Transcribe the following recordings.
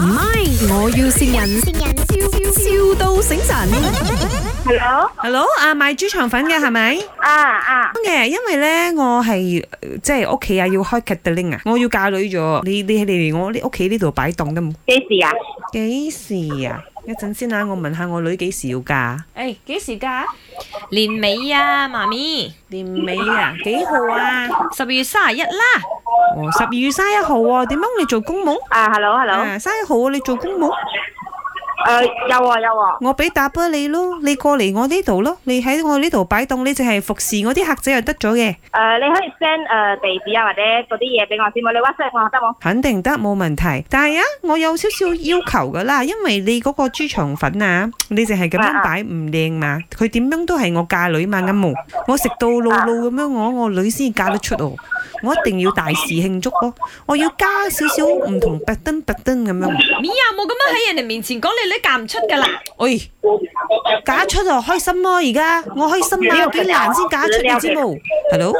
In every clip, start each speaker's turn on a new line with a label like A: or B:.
A: 唔係，我要善人，笑笑到醒神。
B: Hello，
C: Hello，啊賣豬腸粉嘅係咪？
B: 啊啊，
C: 嘅，因為咧我係呃即係屋企啊要開 c a t e r i n g 啊，我要嫁女咗。你你你嚟我呢屋企呢度擺檔得唔？
B: 幾時啊？
C: 幾時啊？一陣先啊，我問下我女幾時要嫁？誒幾時嫁？
D: 年尾啊，媽咪，
C: 年尾啊？幾號啊？
D: 十二月三十一啦，
C: 哦，十二月三一號喎。點樣你做公務？
B: 啊，hello，hello，
C: 啊，三一號啊，你做公務？
B: 誒，有啊有啊，
C: 我俾答啊你咯，你過嚟我呢度咯，你喺我呢度擺檔，你淨係服侍我啲客仔就得咗嘅，
B: 誒，你可以 send 誒地址啊或者嗰啲嘢俾我先冇？你 WhatsApp 我得冇？
C: 肯定得冇問題。但係啊，我有少少要求噶啦，因為你嗰個豬腸粉啊，你淨係咁樣擺唔靚嘛，佢點樣都係我嫁女嘛，啱冇？我食到露露咁樣，我我女先嫁得出哦。我一定要大肆慶祝咯，我要加少少唔同特登特登咁樣。
D: 咪啊，冇咁樣喺人哋面前講你女嫁唔出噶啦，
C: 哎，嫁出就開心咯、而家我開心啊，幾難先嫁出你知冇？Hello。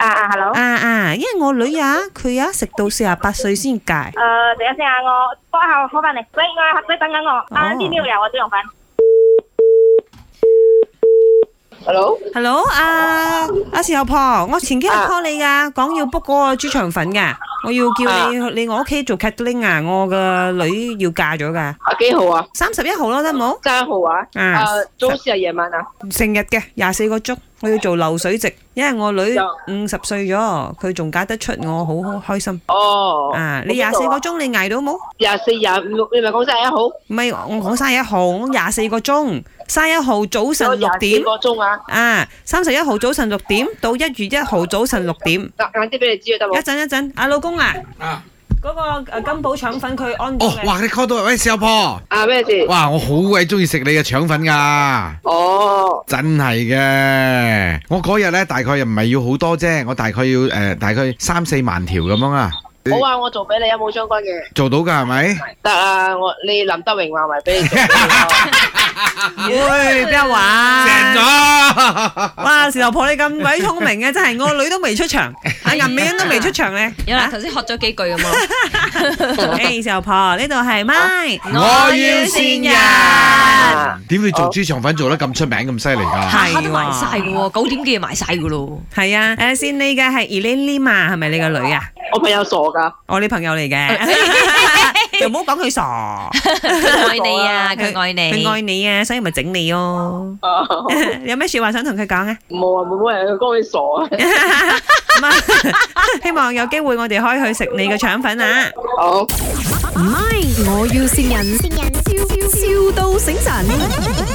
B: 啊啊，hello，
C: 啊啊，因為我女啊，佢啊食到四十八歲先戒。
B: 誒，等一先啊，我幫下我 call 翻你，喂，我有客仔等緊我，啊，啲料有我都用緊。Hello，
C: Hello，啊阿時候婆，我前幾日 call 你噶，講要 book 嗰個豬腸粉噶，我要叫你你我屋企做 catering 啊，我個女要嫁咗噶，
E: 啊幾號啊？
C: 三十一號咯得冇？
E: 三號啊？
C: 啊
E: 啊，早市啊，夜晚啊？
C: 成日嘅廿四個鐘，我要做流水席，因為我女五十歲咗，佢仲嫁得出我，好好開心。
E: 哦，
C: 啊，你廿四個鐘你捱到冇？
E: 廿四廿五，你咪講哎三十一號？
C: 唔係我講三十一號，我廿四個鐘，三十一號早晨六
E: 有廿
C: 點
E: 四。個鐘啊？
C: 啊，三十一號早晨六點到一月一號早晨六點。
E: 晏啊晏啲俾你知得
C: 一
E: 冇？
C: 陣一陣，阿老公啊，
F: 啊！
C: 嗰、個呃金寶腸粉佢安
F: 哦，
C: 嘅。
F: 哇！你 call 到喂，小婆，
E: 啊咩事？
F: 哇！我好鬼中意食你嘅腸粉噶。
E: 哦，
F: 真係嘅，我嗰日咧大概又唔係要好多啫，我大概要诶、呃大概三四萬條咁樣啊，
E: 好啊，我做俾你有冇相關嘅？
F: 做到㗎係咪？
E: 得啊，我你林德榮話埋俾你啊做。
C: 喂，哎邊有
F: 正
C: 話？
F: 咗，
C: 哇！時候婆你咁鬼聰明嘅，真係我女都未出場，
F: 哎
C: 阿銀美欣都未出場 咧。
D: 有啦，頭先學咗幾句咁咯，
C: 誒，時候婆呢度係咪？
F: 我要先
E: 啊
F: 人。點會做豬腸粉做得咁出名咁犀利㗎？
C: 係
D: 下下都賣晒
C: 喎，
D: 嘅喎，九點幾就賣晒 嘅咯，
C: 係啊。誒，先你嘅係 Elaine 嘛，係咪你個女啊？
E: 我朋友傻㗎，
C: 我你朋友嚟嘅， 又唔好講佢傻，
D: 佢愛你啊，佢愛你，
C: 佢愛你啊，所以咪整你咯。
E: 啊
F: 哦
C: 有咩說話想同佢講啊？
E: 冇啊，冇冇人講你傻啊。
C: 咁啊， 希望有機會我哋可以去食你嘅腸粉啊！
E: 好。
A: 唔係，我要善人，笑笑到醒神。